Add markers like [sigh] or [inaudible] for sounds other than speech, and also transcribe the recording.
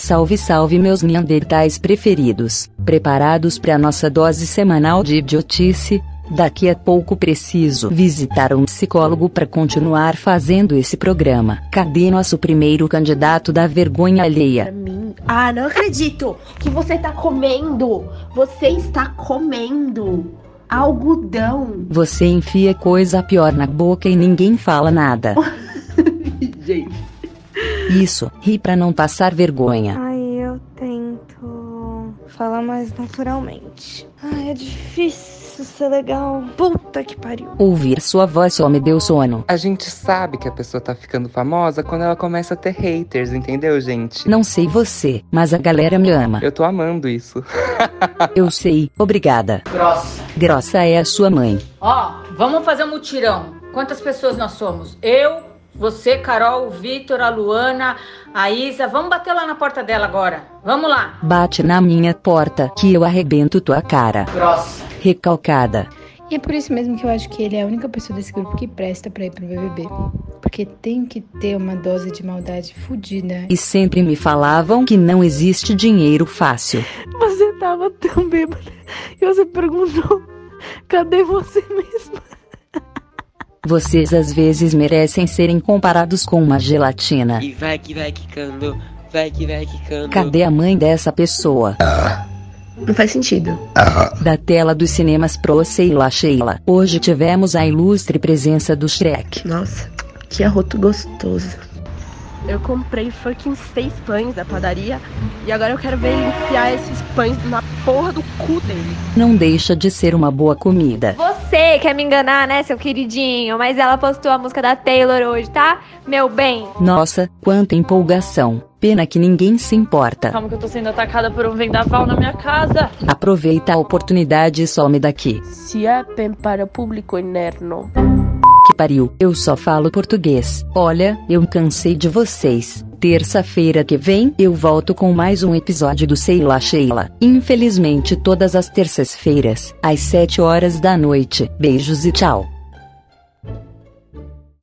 Salve, salve, meus Neandertais preferidos, preparados para nossa dose semanal de idiotice? Daqui a pouco preciso visitar um psicólogo para continuar fazendo esse programa. Cadê nosso primeiro candidato da vergonha alheia? mim. Ah, não acredito que você tá comendo. Você está comendo [laughs] algodão. Você enfia coisa pior na boca e ninguém fala nada. Gente. Isso, ri pra não passar vergonha. Aí eu tento falar mais naturalmente. Ai, é difícil ser legal. Puta que pariu. Ouvir sua voz só me deu sono. A gente sabe que a pessoa tá ficando famosa quando ela começa a ter haters, entendeu, gente? Não sei você, mas a galera me ama. Eu tô amando isso. Eu sei, obrigada. Grossa. Grossa é a sua mãe. Ó, vamos fazer um mutirão. Quantas pessoas nós somos? Eu, você, Carol, o Vitor, a Luana, a Isa. Vamos bater lá na porta dela agora. Vamos lá. Bate na minha porta que eu arrebento tua cara. Grossa. Recalcada. E é por isso mesmo que eu acho que ele é a única pessoa desse grupo que presta pra ir pro BBB. Porque tem que ter uma dose de maldade fodida. E sempre me falavam que não existe dinheiro fácil. Você tava tão bêbada e você perguntou: cadê você mesmo? Vocês às vezes merecem serem comparados com uma gelatina. E vai que vai quicando, vai que vai quicando. Cadê a mãe dessa pessoa? Não faz sentido. Da tela dos cinemas pro Sheila Sheila. Hoje tivemos a ilustre presença do Shrek. Nossa, que arroto gostoso. Eu comprei fucking seis pães da padaria e agora eu quero ver ele enfiar esses pães na porra do cu dele. Não deixa de ser uma boa comida. Você quer me enganar, né, seu queridinho? Mas ela postou a música da Taylor hoje, tá? Meu bem. Nossa, quanta empolgação. Pena que ninguém se importa. Tá Calma que eu tô sendo atacada por um vendaval na minha casa. Aproveita a oportunidade e some daqui. Se é para público interno. Que pariu, eu só falo português. Olha, eu cansei de vocês. Terça-feira que vem eu volto com mais um episódio do Sei lá Sheila. Infelizmente todas as terças-feiras, às 7 horas da noite. Beijos e tchau.